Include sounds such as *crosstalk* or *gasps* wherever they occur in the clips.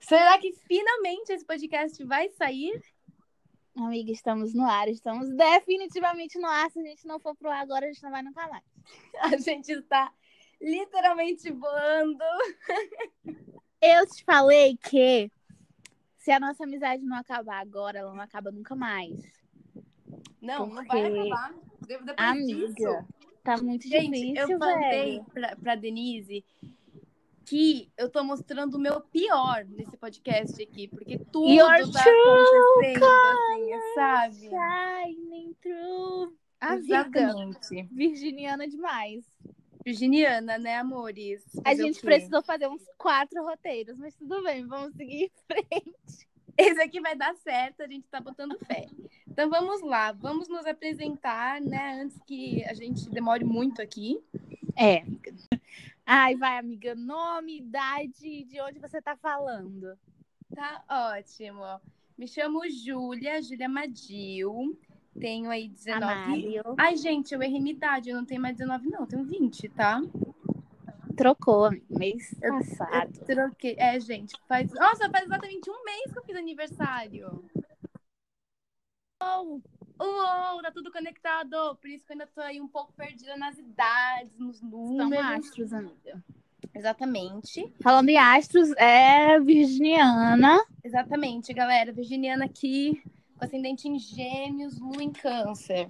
Será que finalmente esse podcast vai sair? *laughs* Amiga, estamos no ar, estamos definitivamente no ar. Se a gente não for pro ar agora, a gente não vai nunca mais. A gente está literalmente voando. Eu te falei que se a nossa amizade não acabar agora, ela não acaba nunca mais. Não, não Porque- vai acabar. Depois Amiga, disso. Tá muito Gente, difícil, eu velho. falei pra, pra Denise que eu tô mostrando o meu pior nesse podcast aqui, porque tudo Your tá true acontecendo, assim, sabe? Shining through. Amiga, Exatamente. virginiana demais. Virginiana, né, amores? A Fazer o gente quê? precisou fazer uns quatro roteiros, mas tudo bem, vamos seguir. Esse aqui vai dar certo, a gente tá botando fé. Então vamos lá, vamos nos apresentar, né, antes que a gente demore muito aqui. É, amiga. Ai, vai, amiga. Nome, idade, de onde você tá falando? Tá ótimo. Me chamo Júlia, Júlia Madil. Tenho aí 19. Amário. Ai, gente, eu errei minha idade, eu não tenho mais 19 não, eu tenho 20, tá? Trocou, amiga. Mês Eu- passado. Eu troquei. É, gente, faz, nossa, faz exatamente um mês que eu fiz aniversário. Uou, tá tudo conectado. Por isso que eu ainda tô aí um pouco perdida nas idades, nos São números. astros, é amiga. Exatamente. Falando em astros, é virginiana. Exatamente, galera. Virginiana aqui, com ascendente em gêmeos, lua em câncer.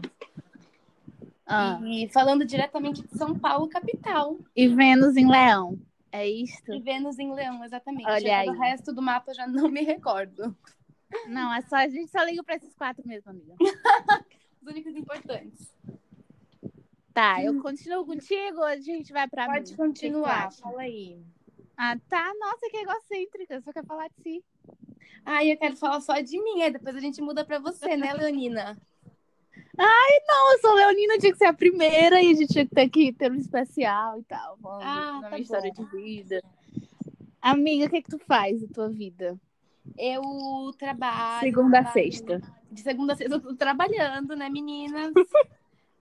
Ah, E falando diretamente de São Paulo, capital. e Vênus em leão. É isto? E Vênus em Leão, exatamente. Olha O aí. resto do mapa eu já não me recordo. Não, é só, a gente só liga pra esses quatro mesmo, amiga. Os únicos importantes. Tá, eu continuo contigo, ou a gente vai pra mim. Pode O que que tu continuar, acha? fala aí. Ah, tá. Nossa, que egocêntrica. Só quer falar de si. Ai, eu quero falar só de mim, aí depois a gente muda pra você, né, Leonina? Não, eu sou leonina, tinha que ser a primeira e a gente tinha que ter que ter um especial e tal. Vamos, Ah, uma tá história de vida. Amiga, o que que tu faz da tua vida? Eu trabalho. Segunda a trabalho- sexta. De segunda a sexta, eu tô trabalhando, né, meninas?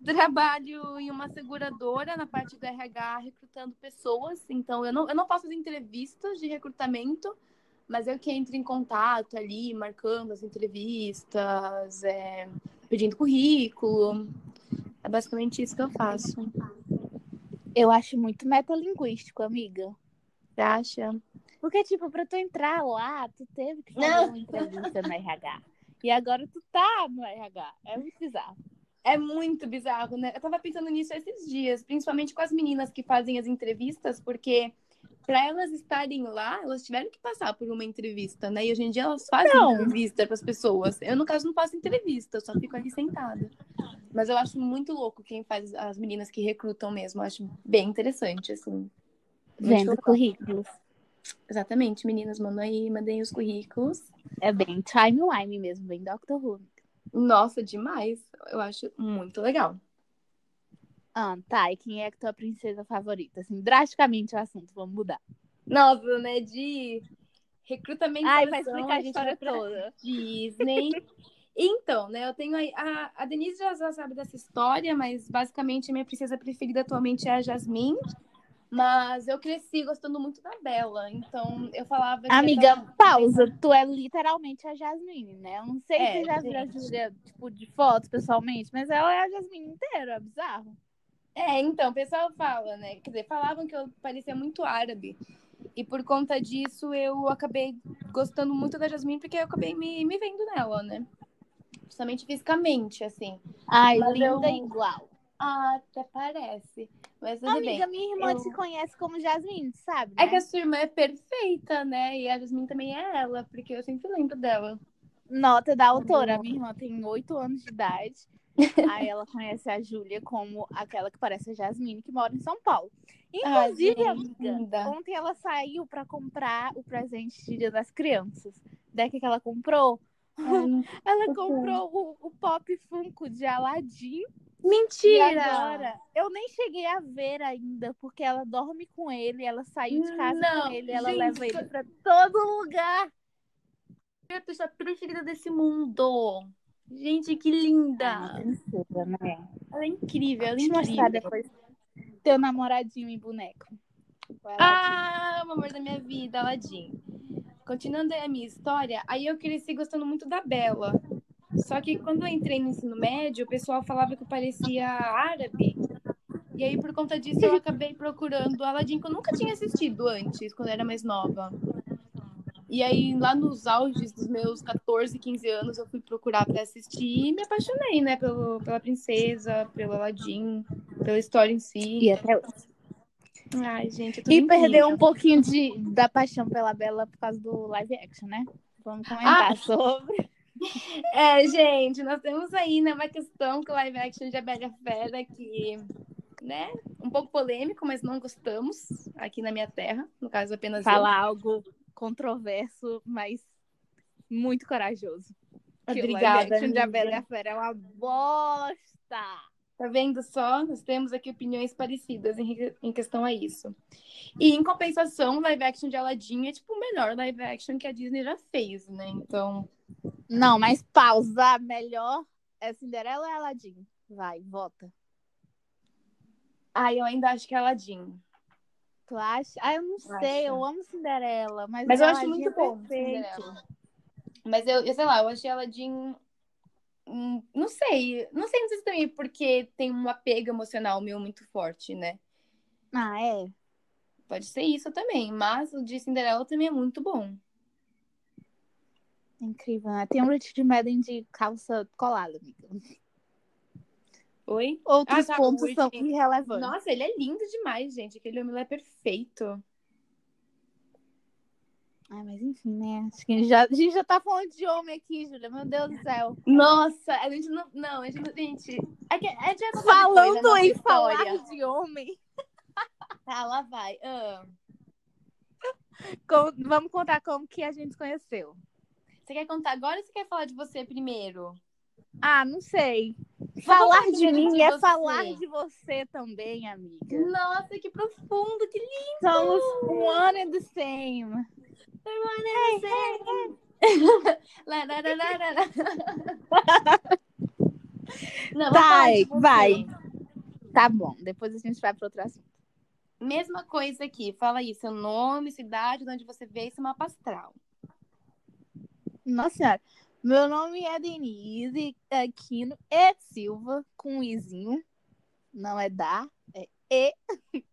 Trabalho em uma seguradora na parte do RH, recrutando pessoas. Então, eu não, eu não faço as entrevistas de recrutamento, mas eu que entro em contato ali, marcando as entrevistas, é, pedindo currículo. É basicamente isso que eu faço. Eu acho muito metalinguístico, amiga. Você acha? Porque, tipo, pra tu entrar lá, tu teve que fazer Não. uma entrevista no RH. E agora tu tá no RH. É muito bizarro. É muito bizarro, né? Eu tava pensando nisso esses dias, principalmente com as meninas que fazem as entrevistas, porque para elas estarem lá, elas tiveram que passar por uma entrevista, né? E hoje em dia elas fazem Não. entrevista para as pessoas. Eu, no caso, não faço entrevista, eu só fico ali sentada. Mas eu acho muito louco quem faz as meninas que recrutam mesmo. Eu acho bem interessante, assim. Muito Vendo legal. currículos. Exatamente, meninas, mandam aí, mandem os currículos. É bem timeline mesmo, bem Doctor Who. Nossa, demais. Eu acho muito legal. Ah, tá. E quem é que tua princesa favorita? Assim, drasticamente o assunto, vamos mudar. Nossa, né? De recrutamento. e Ai, vai seleção, explicar a vai história toda. Disney. Então, né, eu tenho aí. A, a Denise já, já sabe dessa história, mas basicamente a minha princesa preferida atualmente é a Jasmine. Mas eu cresci gostando muito da Bela. Então, eu falava. que Amiga, ela- pausa. Tu é literalmente a Jasmine, né? Eu não sei É, se já viu a gente. Júlia, tipo, de fotos pessoalmente, mas ela é a Jasmine inteira, é bizarro. É, então, o pessoal fala, né? Quer dizer, falavam que eu parecia muito árabe. E por conta disso, eu acabei gostando muito da Jasmine, porque eu acabei me, me vendo nela, né? Principalmente fisicamente, assim. Ai, Mas linda eu- igual. Ah, até parece. Mas tudo bem. Amiga, minha irmã eu- te conhece como Jasmine, sabe? É né? que a sua irmã é perfeita, né? E a Jasmine também é ela, porque eu sempre lembro dela. Nota da autora. Minha irmã tem oito anos de *laughs* idade. Aí ela conhece a Júlia como aquela que parece a Jasmine, que mora em São Paulo. Inclusive, Ai, gente, amiga, linda. ontem ela saiu pra comprar o presente de Dia das Crianças. Daí o que que ela comprou? *laughs* Ai, Ela Ok. comprou o, o Pop Funko de Aladdin. E Mentira! agora, eu nem cheguei a ver ainda, porque ela dorme com ele, ela saiu de casa Não, com ele, ela gente, leva ele pra todo lugar. É a pessoa preferida desse mundo. Gente, que linda! Princesa, né? Ela é incrível, ela é te mostrar incrível. depois. Teu namoradinho e boneco. Vai lá, Ah, o amor da minha vida, Aladdin. continuando a minha história, aí eu cresci gostando muito da Bela. Só que quando eu entrei no ensino médio, o pessoal falava que eu parecia árabe. E aí, por conta disso, eu acabei procurando Aladdin, que eu nunca tinha assistido antes, quando eu era mais nova. E aí, lá nos auges dos meus 14, 15 anos, eu fui procurar para assistir e me apaixonei, né? Pelo, pela princesa, pelo Aladdin, pela história em si. E até hoje. Ai, gente, eu tô E perdeu um incrível. pouquinho de, da paixão pela Bela por causa do live action, né? Vamos comentar *laughs* sobre. É, gente, nós temos aí, né, uma questão com o live action de A Bela e a Fera que, né, um pouco polêmico, mas não gostamos aqui na minha terra, no caso apenas eu. Falar algo controverso, mas muito corajoso. Que o live Obrigada, action de A amiga. Bela e a Fera é uma bosta. Tá vendo só? Nós temos aqui opiniões parecidas em, em questão a isso. E em compensação, o live action de Aladdin é tipo o melhor live action que a Disney já fez, né? Então, Não, mas pausa. Melhor é Cinderela ou é Aladdin? Vai, vota. ah, eu ainda acho que é Aladdin. Tu acha? Ah, eu não Eu sei, acho. eu amo Cinderela, mas, Mas eu acho Aladdin muito é bom, perfeito. Cinderela. Mas eu, eu sei lá, eu achei Aladdin hum, não sei, não sei, não sei se também porque tem um apego emocional meu muito forte, né? Ah, é. Pode ser isso também, mas o de Cinderela também é muito bom. Incrível, né? Tem um Richard Madden de calça colada, amiga. Oi? Outros Ah, tá, pontos o são Richie. irrelevantes. Nossa, ele é lindo demais, gente. Aquele homem lá é perfeito. Ah, mas enfim, né? Acho que a gente já, a gente já tá falando de homem aqui, Júlia. Meu Deus do *laughs* céu. Nossa, a gente não. Não, a gente não. Gente, é que é de Falando em história. falar de homem, Tá, lá vai. Ah, com- vamos contar como que a gente se conheceu. você quer contar agora ou você quer falar de você primeiro? Ah, não sei. falar Falar de primeiro mim de é você. falar de você também, amiga. Nossa, que profundo, que lindo. Somos um one and the same. Lá, lá, lá, lá, lá, lá. *laughs* Não, vou falar Vai, de você. vai. Tá bom, depois a gente vai para outro assunto. Mesma coisa aqui. Fala aí, seu nome, cidade, de onde você veio, seu mapa astral. Nossa senhora. Meu nome é Denise Aquino E Silva, com um Izinho. Não é da, é E.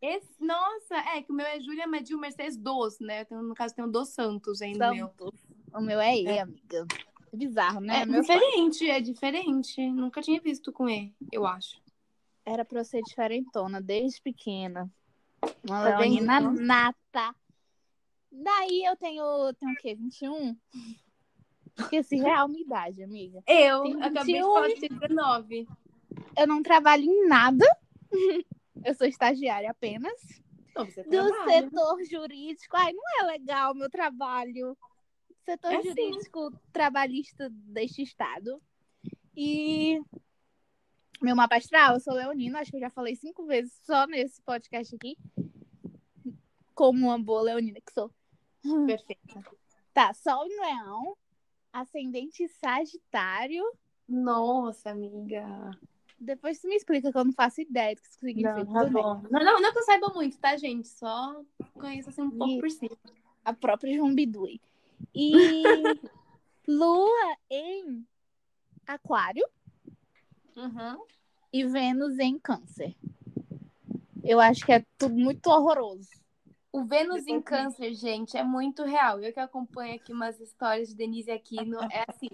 Esse- nossa, é que o meu é Júlia Madil Mercedes dos, né? Eu tenho- no caso, tem o dos Santos aí no São meu. todos. Então, O meu é E, amiga. Bizarro, né? É Meu- diferente, é diferente. Nunca tinha visto com E, eu acho. Era pra eu ser diferentona desde pequena. Uma Tá vendo, leonina então? nata. Daí eu tenho, tenho o quê? 21? Esqueci real minha idade, amiga. Eu Tem acabei de 21. falar de ter 19. Eu não trabalho em nada. *laughs* Eu sou estagiária apenas. Então, você Do trabalha. setor jurídico. Ai, não é legal o meu trabalho. Setor É sim. jurídico trabalhista deste estado. E meu mapa astral, eu sou leonina, acho que eu já falei cinco vezes só nesse podcast aqui. Como uma boa leonina que sou. Perfeito. Tá, sol em leão, ascendente em sagitário. Nossa, amiga. Depois tu me explica que eu não faço ideia do que isso significa. Não, tá tudo bem. bom. Não, não, não que eu saiba muito, tá, gente? Só conheço assim um pouco E- por cima. A própria João Bidui. *laughs* E lua em aquário. Uhum. e Vênus em Câncer. Eu acho que é tudo muito horroroso. O Vênus em Depois também. Câncer, gente, é muito real. Eu que acompanho aqui umas histórias de Denise Aquino, é assim,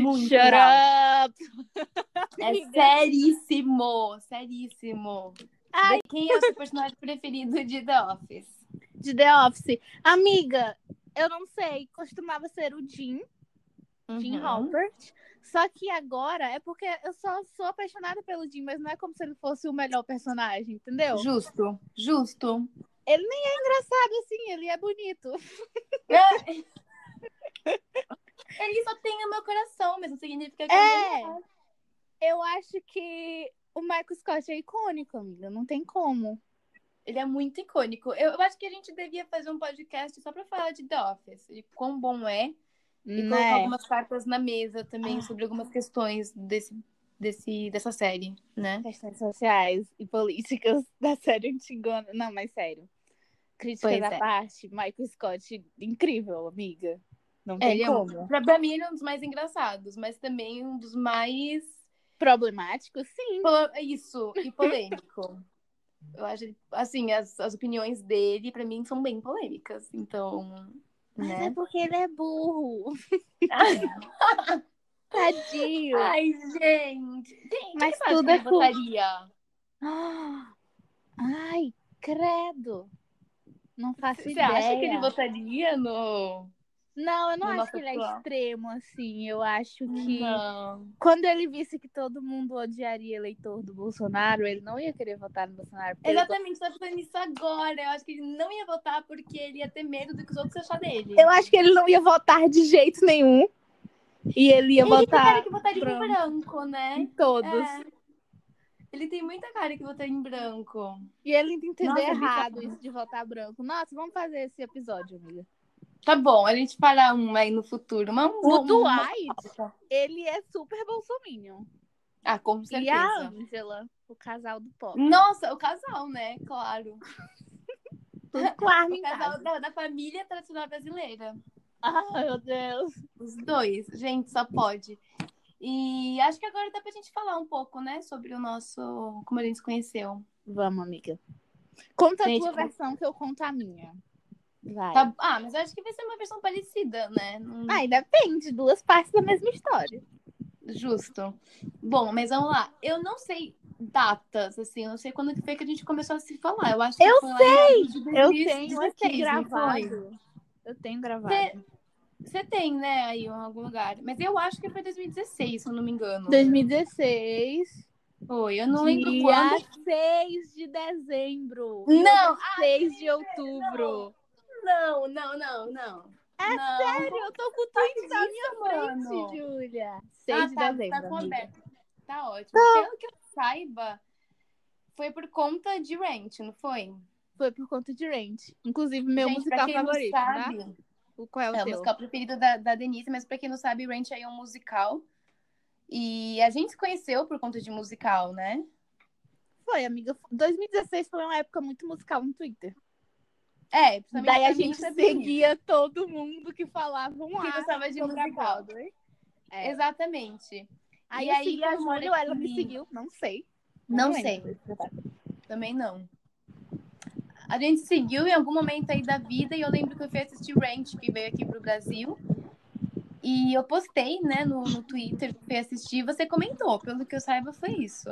muito real. up! É amiga. seríssimo, seríssimo. Ai. Quem é o seu personagem preferido de The Office? De The Office. Amiga, eu não sei, costumava ser o Jim, Jim Halpert. Só que agora é porque eu só sou apaixonada pelo Jim, mas não é como se ele fosse o melhor personagem, entendeu? Justo, justo. Engraçado assim, ele é bonito. *laughs* Ele só tem o meu coração, mas não significa que É. eu não gosto. Eu acho que o Michael Scott é icônico, amiga, não tem como. Ele é muito icônico. Eu, eu acho que a gente devia fazer um podcast só pra falar de The Office, de quão bom é. E colocar Né? Ah. algumas cartas na mesa também sobre algumas questões desse, desse, dessa série, né? *laughs* Questões sociais e políticas da série antigona. Não, mas sério. Crítica Pois da é. parte, Michael Scott, incrível, amiga. Não tem Ele é um, como. pra, pra mim, ele é um dos mais engraçados, mas também um dos mais. Problemático, sim. po- Isso, e polêmico. Eu acho, ele- assim, as, as opiniões dele, pra mim, são bem polêmicas. Então. Mas é Né? porque ele é burro. *laughs* *gasps* Tadinho. *laughs* *gasps* Ai, gente. Tem, Mas quem você acha tudo que é ele votaria? Ah, Ai, credo. Não faço Você ideia. acha que ele votaria no. Não, eu não no acho nosso que ele é atual? extremo, assim. Eu acho que Hum, Não. quando ele visse que todo mundo odiaria eleitor do Bolsonaro, ele não ia querer votar no Bolsonaro. porque ele Exatamente, tá pensando nisso agora. Eu acho que ele não ia votar porque ele ia ter medo do que os outros achar dele. Eu acho que ele não ia votar de jeito nenhum. E ele ia ele tem cara votar que votaria em branco, né? em todos. É. Ele tem muita cara que votaria em branco. E ele entendeu Nossa, errado bem isso de votar branco. Nossa, vamos fazer esse episódio, amiga. Tá bom, a gente fará um aí no futuro. Uma, O uma, uma... Dwight, ele é super bolsominion. Ah, com E é a certeza. Angela, o casal do pop. Nossa, o casal, né? Claro. Tudo *laughs* claro O em casal casa. da, da família tradicional brasileira. Ai, meu Deus. Os dois. Gente, só pode. E acho que agora dá pra gente falar um pouco, né? Sobre o nosso. Como a gente se conheceu. Vamos, amiga. Conta Gente, a tua como- versão que eu conto a minha. Vai. Tá- Ah, mas eu acho que vai ser uma versão parecida, né? Não- Ai, depende. Duas partes da mesma história. Justo. Bom, mas vamos lá. Eu não sei datas, assim, eu não sei quando que foi que a gente começou a se falar. Eu acho que Eu foi sei! Eu tenho esse gravado. Eu tenho gravado. né? Você tem, né, aí em algum lugar. Mas eu acho que foi 2016, se eu não me engano. 2016. Foi, eu não lembro dia quando. 6 de dezembro. Não, 6 de outubro. não, não, não, não. É sério, Sério, eu tô com o tá tweet na minha minha frente, Júlia. 6 Ah, de tá, dezembro. tá com amiga. aberto. Tá ótimo. Pelo que eu saiba, foi por conta de Rent, não foi? Foi por conta de Rent. Inclusive, meu Gente, pra musical quem não favorito, tá? sabe, O- Qual é o É o teu? musical preferido da, da Denise, mas pra quem não sabe, Ranch aí é um musical. E a gente se conheceu por conta de musical, né? Foi, amiga. 2016 foi uma época muito musical no Twitter. É, principalmente Daí a pra mim, gente isso é seguia todo mundo que falava um Que ar gostava de sobre a né? musical. Broadway. bonito. É. Exatamente. Aí, E aí, sim, a eu moro Júlia, ela um me aqui. seguiu, não sei. Não sei, lembro. também não. A gente seguiu em algum momento aí da vida e eu lembro que eu fui assistir Ranch, que veio aqui pro Brasil. E eu postei, né, no, no Twitter, fui assistir, você comentou, pelo que eu saiba, foi isso.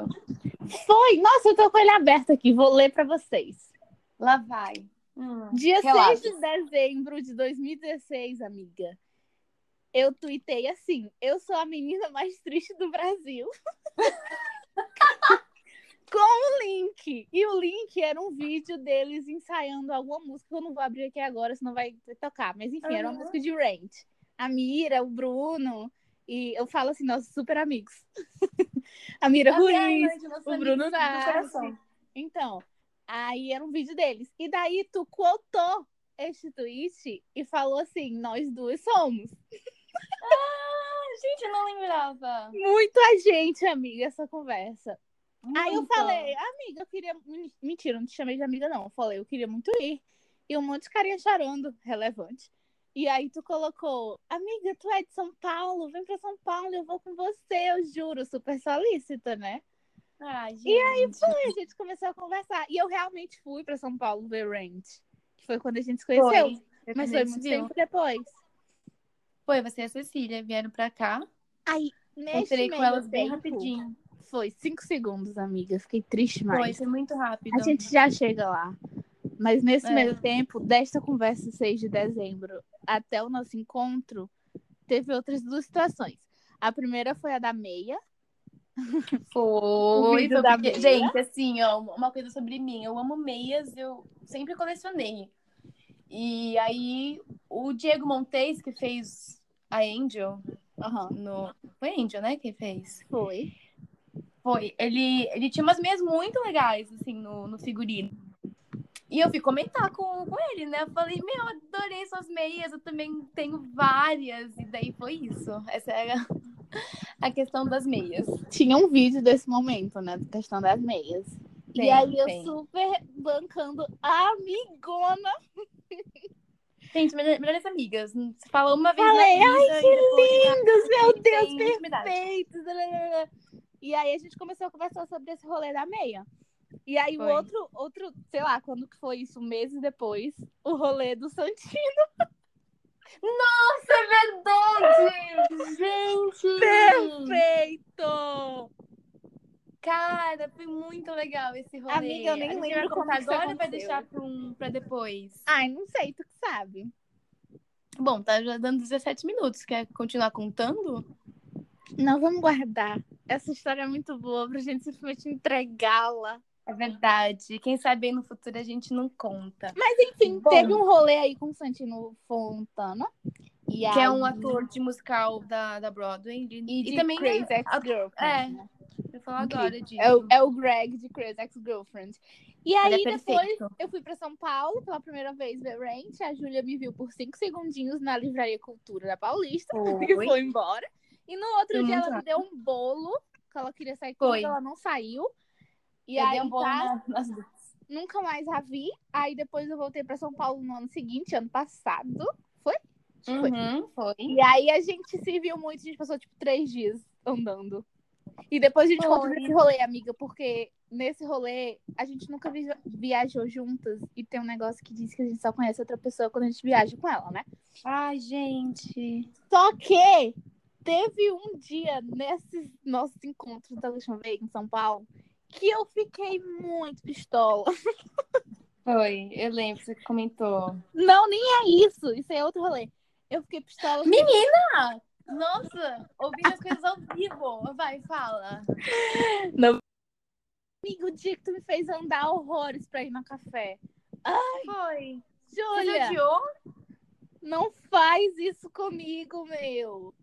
Foi! Nossa, eu tô com ele aberto aqui, vou ler pra vocês. Lá vai. Dia Relatos. 6 de dezembro de 2016, amiga. Eu tuitei assim: Eu sou a menina mais triste do Brasil. *laughs* Com o link. E o link era um vídeo deles ensaiando alguma música. que Eu não vou abrir aqui agora, senão vai tocar. Mas enfim, era uma Aham. música de Rant. A Mira, o Bruno. E eu falo assim: Nossos super amigos. *laughs* a Tá Mira Ruiz. o Bruno Nath. Então, aí era um vídeo deles. E daí tu quotou este tweet e falou assim: nós duas somos. Ah, Gente, eu não lembrava. Muita gente, amiga, essa conversa. Aí eu Muito. falei, amiga, eu queria. Men- Mentira, não te chamei de amiga, não. Eu falei, eu queria muito ir. E um monte de carinha chorando, relevante. E aí tu colocou, amiga, tu é de São Paulo, vem pra São Paulo, eu vou com você, eu juro, super solícita, né? Ai, E aí, Aí a gente começou a conversar. E eu realmente fui pra São Paulo ver Rent. Que foi quando a gente se conheceu. Mas foi muito tempo depois. Foi, você e a Cecília vieram pra cá. Aí, neste Encontrei com meio elas bem tempo, rapidinho. Foi cinco segundos, amiga. Fiquei triste Foi, mais. foi muito rápido. a gente já chega lá. Mas nesse É. meio tempo, desta conversa 6 de dezembro até o nosso encontro, teve outras duas situações. A primeira foi a da meia. O Foi, vídeo foi da porque... meia. Gente, assim, ó, uma coisa sobre mim. Eu amo meias, eu sempre colecionei. E aí, o Diego Montes, que fez a Angel, no... foi a Angel, né, que fez? Foi. Foi. Ele, ele tinha umas meias muito legais, assim, no, no figurino. E eu fui comentar com, com ele, né? Eu falei, meu, adorei suas meias, eu também tenho várias. E daí foi isso. Essa era *laughs* a questão das meias. Tinha um vídeo desse momento, né? Da questão das meias. e aí eu super bancando a amigona. Gente, melhor- melhores amigas. Você fala uma vez Falei, na vida. Ai, que Lindos, meu Deus, tem intimidade. perfeitos. E aí a gente começou a conversar sobre esse rolê da meia. E aí Foi. o outro, outro, sei lá, quando que foi isso? Meses depois, o rolê do *laughs* Santino. Nossa, é verdade! Gente! Perfeito! Cara, foi muito legal esse rolê. Amiga, eu nem A gente lembro vai como contar isso agora ou vai aconteceu. deixar pra, um, pra depois? Ai, não sei, tu que sabe. Bom, tá já dando 17 minutos. Quer continuar contando? Não, vamos guardar. Essa história é muito boa pra gente simplesmente entregá-la. É verdade. Quem sabe aí no futuro a gente não conta. Mas enfim, Bom. teve um rolê aí com o Santino Fontana. E que é um aí- ator de musical da, da Broadway. de- E, de também Crazy é, Ex-Girlfriend. né? eu falar Incrível. agora disso. É o, é o Greg de Crazy Ex-Girlfriend. E Ele aí, é depois, perfeito. eu fui pra São Paulo pela primeira vez ver Rent. A Júlia me viu por cinco segundinhos na Livraria Cultura da Paulista. *laughs* *laughs* E Foi. foi embora. E no outro Foi dia, muito ela me deu um bolo. Que ela queria sair Foi. comigo, ela não saiu. E Eu aí, dei um bom tá, na- nas duas. nunca mais a vi. Aí, depois, eu voltei pra São Paulo no ano seguinte, ano passado. Foi? Acho que Foi. Uhum, foi. E aí a gente se viu muito, a gente passou tipo três dias andando. E depois a gente Foi. conta desse rolê, amiga, porque nesse rolê a gente nunca vi- viajou juntas e tem um negócio que diz que a gente só conhece outra pessoa quando a gente viaja com ela, né? Ai, gente. Só que teve um dia nesses nossos encontros da última vez em São Paulo que eu fiquei muito pistola. Foi, eu lembro, você comentou. Não, nem é isso, isso é outro rolê. Eu fiquei pistola. Menina! Nossa, ouvindo as coisas ao vivo. Vai, fala. Amigo, o dia que tu me fez andar horrores pra ir no café. Foi. Você Júlia! me odiou? Não faz isso comigo, meu.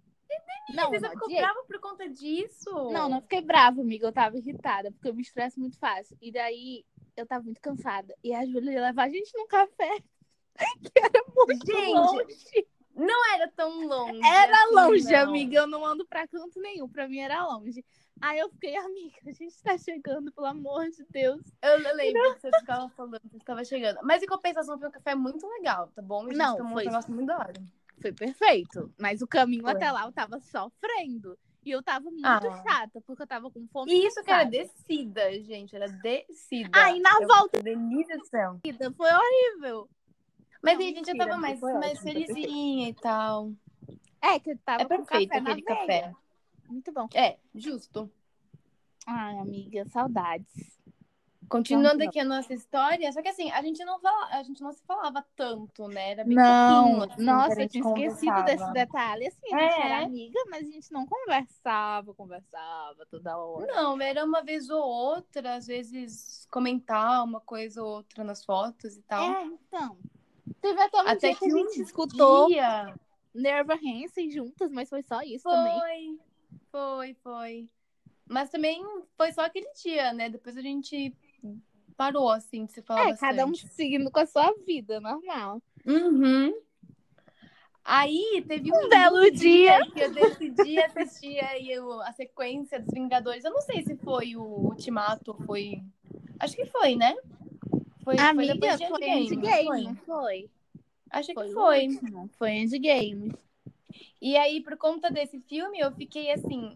Não, Você não, ficou adiei. brava por conta disso? não, não fiquei brava, amiga. Eu tava irritada, porque eu me estresso muito fácil. E daí eu tava muito cansada. E a Júlia ia levar a gente num café. *laughs* Gente, longe. não era tão longe. Era assim, longe, não. amiga. Eu não ando pra canto nenhum. Pra mim era longe. Aí eu fiquei, amiga, a gente tá chegando, pelo amor de Deus. Eu eu lembro que você ficava falando, você ficava chegando. Mas em compensação, foi um café muito legal, tá bom? A gente Não, tomou foi. um negócio muito da hora. Foi perfeito. Mas o caminho Foi. até lá eu tava sofrendo. E eu tava muito Ah. chata, porque eu tava com fome. E isso que era cansada. descida, gente, era descida. Ai, na Eu- volta Denise do céu. foi horrível. Mas Não, aí a gente já mentira, tava mais, foi ótimo, mais foi felizinha e tal. É, que tava É perfeito com café aquele na café. veia. Muito bom. É, justo. Ai, amiga, saudades. Continuando Vamos lá. aqui a nossa história, só que assim, a gente não, fala, a gente não se falava tanto, né? Era bem Não, pouquinho, assim, que nossa, a eu gente tinha esquecido conversava. desse detalhe. Assim, a gente É. era amiga, mas a gente não conversava, conversava toda hora. Não, era uma vez ou outra, às vezes comentar uma coisa ou outra nas fotos e tal. É, então. Teve até um Até dia que que a um gente escutou Dia. Nerva Hansen juntas, mas foi só isso Foi, também. foi, foi. Mas também foi só aquele dia, né? Depois a gente parou, assim, de se falar É, cada um bastante. seguindo com a sua vida, normal. Uhum. Aí teve um, Um belo dia. que eu decidi assistir aí o- a sequência dos Vingadores. Eu não sei se foi o Ultimato, ou foi. Acho que foi, né? Foi, foi Amiga, depois de foi Endgame, não Endgame, foi? não foi? Acho que o foi. último, Foi Endgame. E aí, por conta desse filme, eu fiquei assim.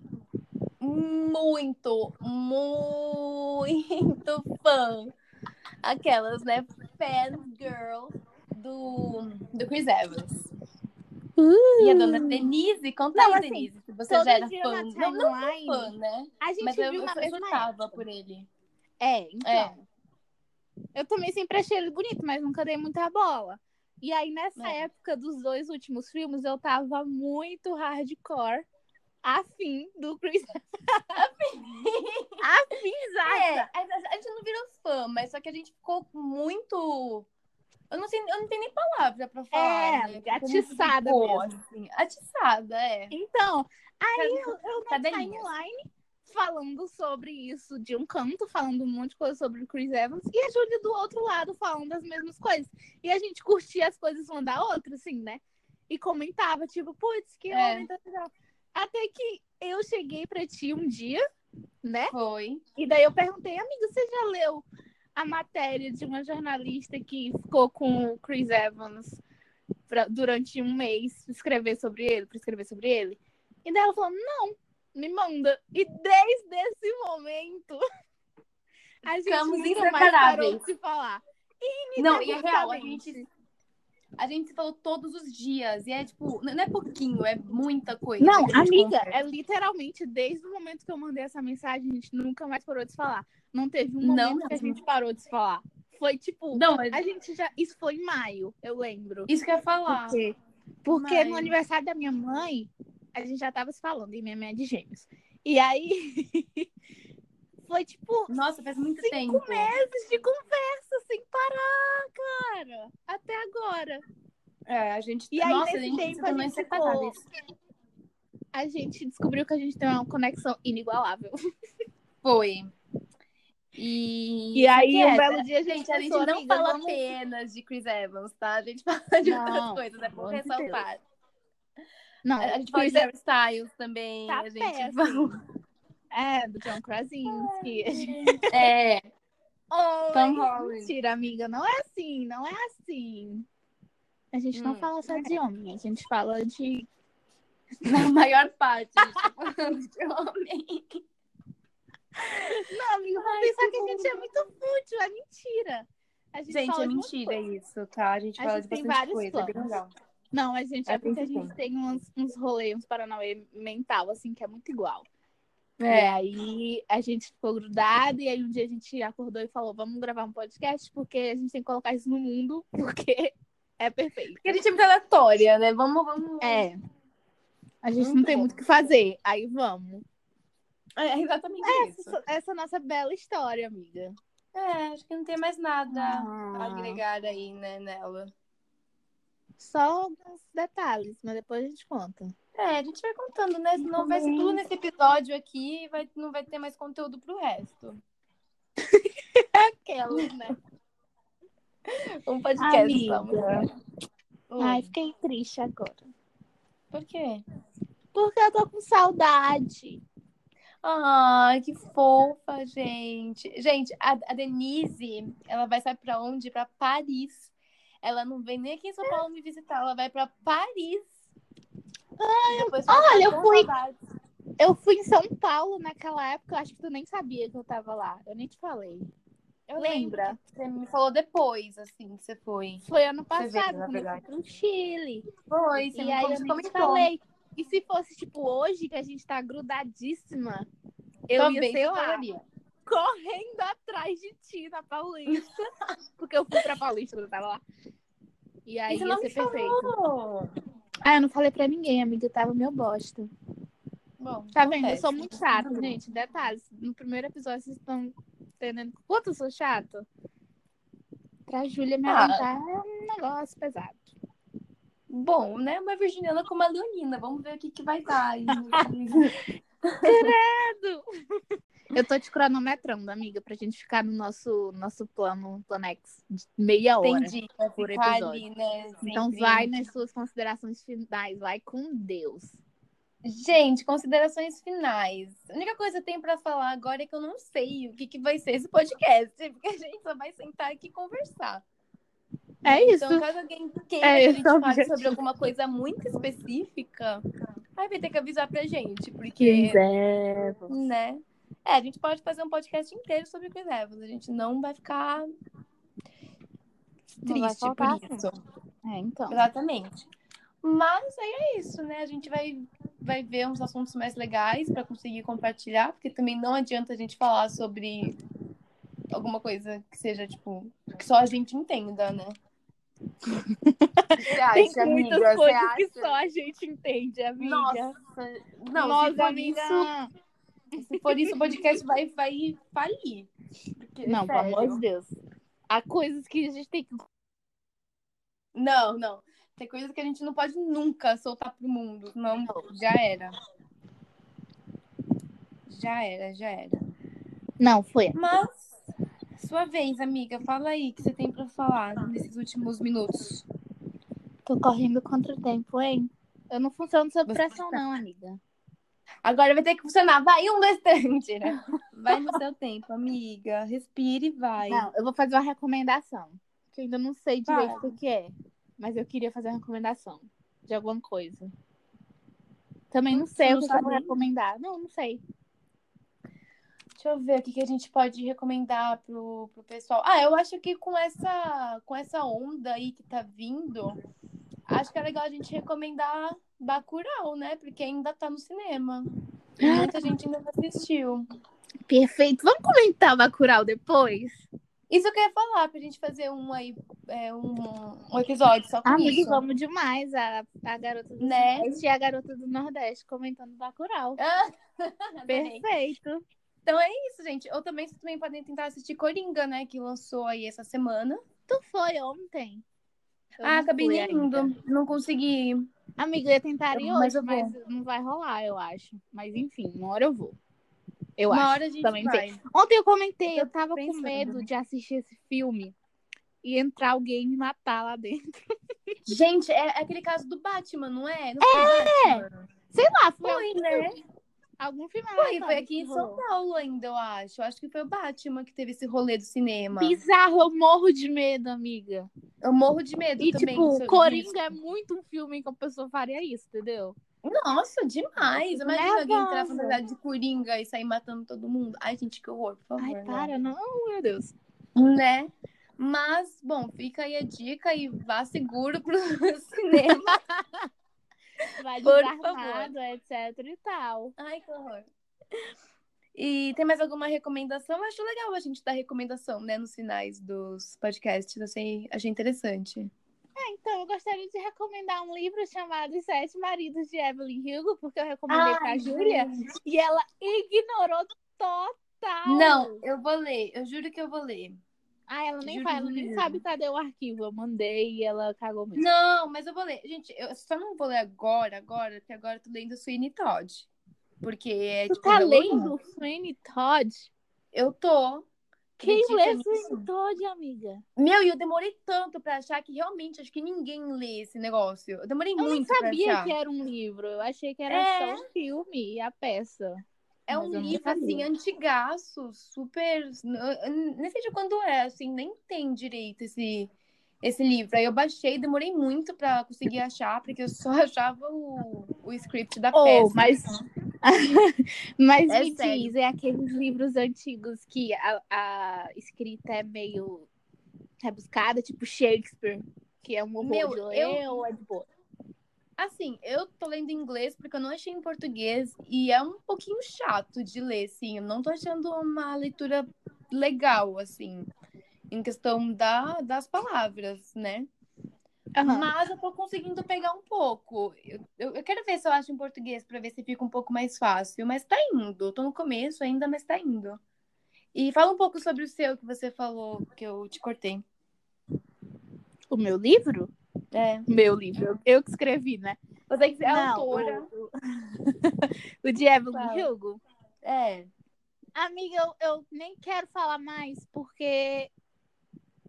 Muito, muito *laughs* fã. Aquelas, né? Fangirl do, do Chris Evans. E a dona Denise, conta Uh! Não, aí, assim, Denise, se você Todo já era dia fã. na Não, não timeline, fã, né? a gente Mas eu, viu eu, na eu mesma surtava época. por ele. É, então. É. Eu também sempre achei ele bonito, mas nunca dei muita bola. E aí, nessa É. época dos dois últimos filmes, eu tava muito hardcore, afim do Chris *laughs* afim, É, exata. a, a- a gente não virou fã, mas só que a gente ficou muito. Eu não sei, eu não tenho nem palavra pra falar. É, né? Ficou atiçada muito boa, mesmo. assim. Atiçada, é. Então, aí eu, eu na Cadelinhas. timeline falando sobre isso de um canto, falando um monte de coisa sobre o Chris Evans, e a Júlia do outro lado falando as mesmas coisas. E a gente curtia as coisas uma da outra, assim, né? E comentava, tipo, putz, que É. homem tá legal. Até que eu cheguei pra ti um dia né? Foi. E daí eu perguntei, amiga, você já leu a matéria de uma jornalista que ficou com o Chris Evans pra- durante um mês pra escrever sobre ele, para escrever sobre ele? E daí ela falou, não, me manda. E desde esse momento, a gente Ficamos nunca mais inseparáveis. parou de se falar. Não, e é real, a Inevitavelmente. gente. A gente se falou todos os dias. E é tipo, não é pouquinho, é muita coisa. Não, que a gente amiga, conversa. é literalmente desde o momento que eu mandei essa mensagem, a gente nunca mais parou de se falar. Não teve um Não momento que a mesmo. gente parou de se falar. Foi tipo, Não, é- a gente já. Isso foi em maio, eu lembro. isso que eu ia falar. Por quê? Porque no Mas- aniversário da minha mãe, a gente já tava se falando, e minha mãe é de gêmeos. E aí. *laughs* foi tipo Nossa, faz muito Cinco tempo. meses de conversa sem parar, cara. Até agora. É, a gente. E aí, Nossa, a nesse gente tempo, se a tornou gente ficou- inseparáveis. A gente descobriu que a gente tem uma conexão inigualável. Foi. E, E aí, Só que um é, belo dia, a gente, Gente, a gente pensou, não amiga, fala vamos- apenas de Chris Evans, tá? A gente fala de Não, outras coisas, é bom pelo amor de ressaltar. Não, A gente fala Chris de Harry Styles também. Tá a gente péssimo. É, do John *laughs* Krasinski. É, Oi, Tom Holland. mentira, amiga. Não é assim, não é assim. A gente não Hum. fala só de homem, a gente fala de. Na maior parte, a gente tá falando de homem. Não, amiga, vamos Ai, pensar que que a gente é muito fútil, é mentira. A gente, Gente, fala é de um- mentira isso, tá? A gente A fala de gente tem bastante vários coisa, é bem planos. legal. Não, a gente é, É porque a principal. gente tem uns, uns rolês, uns paranauê mental, assim, que é muito igual. E É, aí a gente ficou grudado, e aí um dia a gente acordou e falou: vamos gravar um podcast, porque a gente tem que colocar isso no mundo, *laughs* porque é perfeito. porque a gente é muito aleatória, né? Vamos, vamos. É. A gente não Muito tem bom. muito o que fazer. Aí vamos. É exatamente isso. Essa, essa é a nossa bela história, amiga. É, acho que não tem mais nada a Ah, agregar aí, né, nela. só alguns detalhes, mas depois a gente conta. É, a gente vai contando, né? Senão vai ser tudo nesse episódio aqui e vai, não vai ter mais conteúdo pro resto. Aquelas, né? Um Amiga. Oi. Ai, fiquei triste agora. Por quê? Porque eu tô com saudade. Ai, que fofa, gente. Gente, a, a Denise, ela vai sair pra onde? Pra Paris. Ela não vem nem aqui em São Paulo me visitar, ela vai pra Paris. Ai, olha, eu fui. Saudades. Eu fui em São Paulo naquela época, eu acho que tu nem sabia que eu tava lá. Eu nem te falei. Eu lembro. Lembra? que Você me falou depois, assim, que você foi. Foi ano Você vê, passado, na quando eu fui verdade. pro Chile. Foi, você e me aí como eu você nem te comentou. falei. E se fosse, tipo, hoje que a gente tá grudadíssima, eu Também ia, sei te lá, falaria. correndo atrás de ti na Paulista. *laughs* porque eu fui pra Paulista quando eu tava lá. E aí E você ia não ser me perfeito. falou. Ah, eu não falei pra ninguém, amiga. Eu tava meu bosta. Bom, Tá vendo? Eu acontece. sou muito chata, né? Tudo bem. gente. Detalhes. No primeiro episódio, vocês estão entendendo quanto eu sou chata? Pra Júlia me Ah. aguentar é um *laughs* negócio pesado. Bom, né? Uma virginiana com uma leonina. Vamos ver o que, que vai dar. aí. *laughs* Eu tô te cronometrando, amiga, pra gente ficar no nosso, nosso plano, Planex, de meia hora. Entendi. Vai Por ficar episódio. ali, né? Então sempre. vai nas suas considerações finais, vai com Deus. Gente, considerações finais. A única coisa que eu tenho pra falar agora é que eu não sei o que, que vai ser esse podcast. *laughs* Porque a gente só vai sentar aqui e conversar. É isso. Então, caso alguém queira É que a esse gente o fale objetivo. sobre alguma coisa muito específica, aí vai ter que avisar pra gente. Porque Quiser. né? É, a gente pode fazer um podcast inteiro sobre Chris Evans. A gente não vai ficar Não vai triste faltar por isso. É, então. Exatamente. Mas aí é isso, né? A gente vai, vai ver uns assuntos mais legais para conseguir compartilhar, porque também não adianta a gente falar sobre alguma coisa que seja, tipo, que só a gente entenda, né? *laughs* Você Tem acha, muitas amiga? Você coisas que acha? só a gente entende, amiga. Nossa, não, se Nossa, for amiga. isso, se for isso, o podcast vai, vai falir. Porque, Não, pelo sério. amor de Deus. Há coisas que a gente tem que. Não, não. Tem coisas que a gente não pode nunca soltar pro mundo. Não, já era. Já era, já era. Não, foi. Mas, sua vez, amiga, fala aí o que você tem pra falar nesses últimos minutos. Tô correndo contra o tempo, hein? Eu não funciono sob Você tá- pressão, não, amiga. Agora vai ter que funcionar. Vai, um, dois, três. Mentira. Vai no seu tempo, amiga. Respire e vai. Não, eu vou fazer uma recomendação. Que eu ainda não sei Vai. direito o que é. Mas eu queria fazer uma recomendação de alguma coisa. Também Hum, não sei não o que eu vou sabe? recomendar. Não, não sei. Deixa eu ver o que, que a gente pode recomendar pro, pro pessoal. Ah, eu acho que com essa, com essa onda aí que tá vindo, acho que é legal a gente recomendar Bacurau, né? Porque ainda tá no cinema. E muita gente ainda não assistiu. Perfeito. Vamos comentar o Bacurau depois? Isso que eu ia falar, pra gente fazer um aí, é, um, um episódio só com Amigo, isso. vamos demais. A, a garota do Né? Nordeste e a garota do Nordeste comentando Bacurau. Ah, adorei. Perfeito. então é isso, gente. Ou também vocês também podem tentar assistir Coringa, né? Que lançou aí essa semana. Tu foi ontem? Eu ah, não acabei fui nem ainda. indo. Não consegui. ir. Amiga, eu ia tentar ir Mas hoje, eu vou. mas não vai rolar, eu acho. Mas enfim, uma hora eu vou. Eu Uma acho. hora a gente também vai. Ontem eu comentei, Eu eu tava com pensando. medo de assistir esse filme e entrar alguém e me matar lá dentro. *laughs* Gente, é é aquele caso do Batman, não é? Não foi é! Batman. Sei lá, foi, Foi, né? algum filme Foi, aleatório foi aqui que em São rolou. Paulo ainda, eu acho. Eu acho que foi o Batman que teve esse rolê do cinema. Bizarro, eu morro de medo, amiga. Eu morro de medo E também. tipo, disso- Coringa é muito um filme que a pessoa faria isso, entendeu? disso. Nossa, demais! Eu fico Imagina alguém entrar nervosa. na fantasia de Coringa e sair matando todo mundo. Ai, gente, que horror, por favor. Ai, né? para, não, meu Deus. Né? Mas, bom, fica aí a dica e vá seguro pro *laughs* cinema. Vai Por desarmado, etc e tal. Ai, que horror. E tem mais alguma recomendação? Eu acho legal a gente dar recomendação, né, nos finais dos podcasts. Achei, achei interessante. Então, eu gostaria de recomendar um livro chamado Os Sete Maridos de Evelyn Hugo, porque eu recomendei pra Júlia e ela ignorou total. Não, eu vou ler. Eu juro que eu vou ler. Ah, ela nem Juro, vai, ela juro, nem juro. sabe cadê o arquivo. Eu mandei e ela cagou mesmo. Não, mas eu vou ler. Gente, eu só não vou ler agora, agora, porque agora eu tô lendo Sweeney Todd. Porque é tu tipo. tá Halloween. lendo o Sweeney Todd? Eu tô. Quem Acredita lê nisso? Sweeney Todd, amiga? Meu, e eu demorei tanto pra achar que realmente acho que ninguém lê esse negócio. Eu demorei Eu nem muito pra sabia achar. que era um livro. Eu achei que era É. só um filme e a peça. É Mas um eu nunca livro, assim, li. antigaço, super. eu- eu Nem sei de quando é, assim, nem tem direito esse, esse livro. Aí eu baixei, demorei muito pra conseguir achar, porque eu só *laughs* achava o, o script da Oh, peça. então mas *laughs* mas É me sério. diz, é aqueles livros antigos que a, a escrita é meio rebuscada, tipo Shakespeare, que é um horror Meu, de ler, eu- ou é de boa? Assim, eu tô lendo em inglês porque eu não achei em português e é um pouquinho chato de ler, assim. Eu não tô achando uma leitura legal, assim, em questão da, das palavras, né? Aham. Mas eu tô conseguindo pegar um pouco. Eu, eu, eu quero ver se eu acho em português pra ver se fica um pouco mais fácil. Mas tá indo. Eu tô no começo ainda, mas tá indo. E fala um pouco sobre o seu que você falou, que eu te cortei. O meu livro? É. Meu livro, eu que escrevi, né? Você que é Não, autora. O, *laughs* o de Evelyn Fala. Hugo. É. Amiga, eu, eu nem quero falar mais porque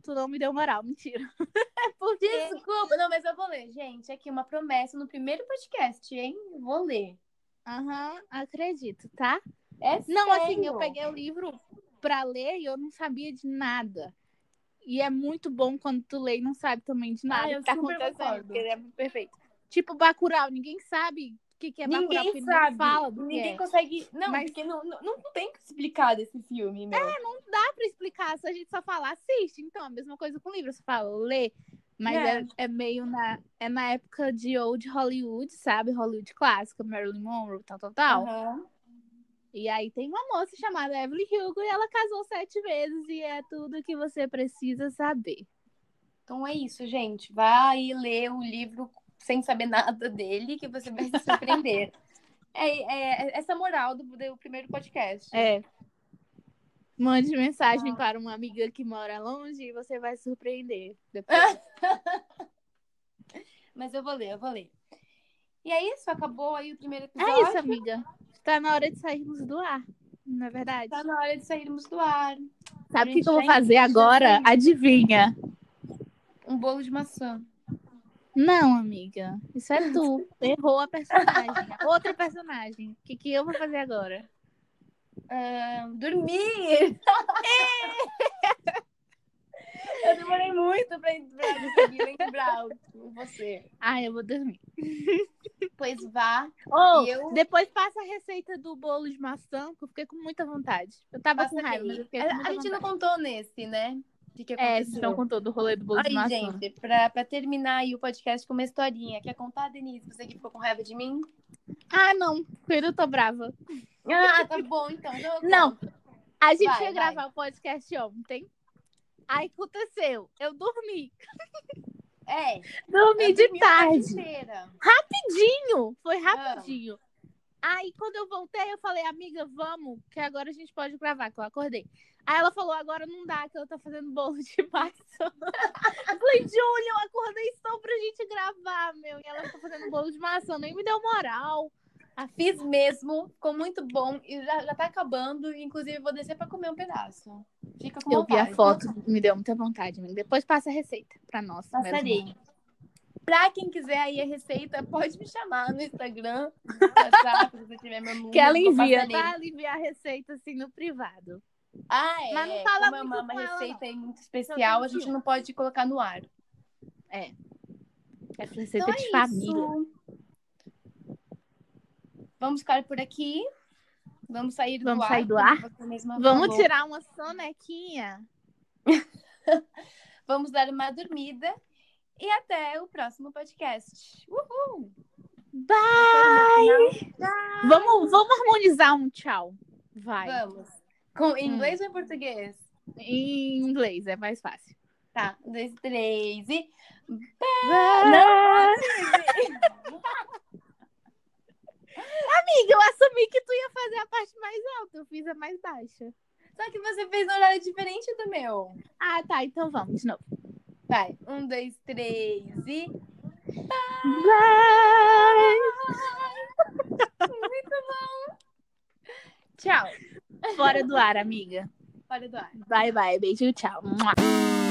tu não me deu moral, mentira. *laughs* É porque Desculpa. Não, mas eu vou ler. Gente, aqui uma promessa no primeiro podcast, hein? Vou ler. Aham, acredito, tá? É Não, assim, eu sério. peguei o livro pra ler e eu não sabia de nada. E é muito bom quando tu lê e não sabe também de nada Ah, que eu tá super acontecendo. concordo. porque ele é perfeito. Tipo Bacurau, ninguém sabe o que, que é Bacurau, porque Ninguém ninguém sabe. fala do ninguém que é. consegue. Não, Mas- É, porque não, não, não tem que explicar desse filme, meu. Não dá pra explicar se a gente só falar, assiste. Então, a mesma coisa com o livro, você fala, lê. Mas é, é meio na, é na época de old Hollywood, sabe? Hollywood clássica, Marilyn Monroe, tal, tal, tal. Aham. E aí tem uma moça chamada Evelyn Hugo e ela casou sete vezes e é tudo que você precisa saber. Então é isso, gente. Vai ler o livro sem saber nada dele, que você vai se *laughs* surpreender. é, é- é essa moral do, do primeiro podcast. É. Mande mensagem para uma amiga que mora longe e você vai surpreender. Depois. Mas eu vou ler, eu vou ler. E é isso, acabou aí o primeiro episódio. É isso, amiga. Tá na hora de sairmos do ar, não é verdade? Tá na hora de sairmos do ar. Sabe o que, gente, que eu vou já entendi, fazer já agora? entendi. Adivinha? Um bolo de maçã. Não, amiga. Isso é tu. Errou a personagem. Outra personagem. O que, que eu vou fazer agora? Ah, dormir! *laughs* eu demorei muito pra, pra conseguir lembrar o- você. Ah, eu vou dormir. Pois vá. Oh, E eu- Depois passa a receita do bolo de maçã, que eu fiquei com muita vontade. Eu tava Nossa, com raiva, mas eu Gabi, fiquei a, a com muita gente não vontade. contou nesse, né? O que, que É, aconteceu? vocês estão com todo o rolê do bolo de Aí, maçã. gente, pra, pra terminar aí o podcast com uma historinha. Quer contar, Denise? Você que ficou com raiva de mim? Ah, não. Eu tô brava. Ah, *laughs* tá bom, então. então eu Não. conto. A gente Vai, ia vai. gravar o podcast ontem. Aí aconteceu. Eu dormi. É. Dormi eu de dormi a tarde. inteira. Rapidinho. Foi Ah. rapidinho. Aí quando eu voltei, eu falei, amiga, vamos, que agora a gente pode gravar, que eu acordei. Aí ela falou, agora não dá, que ela tá fazendo bolo de maçã. *laughs* eu falei, Júlia, eu acordei só pra gente gravar, meu. E ela tá fazendo bolo de maçã, nem me deu moral. Fiz mesmo, ficou muito bom. E já, já tá acabando. Inclusive, eu vou descer pra comer um pedaço. Fica com Eu vi vontade. a foto, me deu muita vontade. amiga. Depois passa a receita pra nós. Passarei. Pra quem quiser aí a receita, pode me chamar no Instagram, no WhatsApp, se você tiver meu número. Que ela eu vou envia, passar nele. tá? Ela envia a receita assim no privado. Ah, é. Mas não fala Como é uma, muito uma com ela, receita aí muito Só especial, tem a gente um. não pode colocar no ar. É receita Então é de isso. família. Vamos ficar por aqui. Vamos sair do Vamos ar. sair do como ar. você mesma Vamos falou. tirar uma sonequinha. Vamos dar uma dormida. E até o próximo podcast. Uhul! Bye! Vamos, vamos harmonizar um tchau. Vai. Vamos. Com, Hum. em inglês ou em português? Em inglês é mais fácil. Tá. Um, dois, três e. Não. Amiga, eu assumi que tu ia fazer a parte mais alta, eu fiz a mais baixa. Só que você fez um horário diferente do meu. Ah, tá, então vamos de novo. Vai. Um, dois, três e. Tchau. Fora do ar, amiga. Fora do ar. Bye, bye. Beijo, tchau. Mua.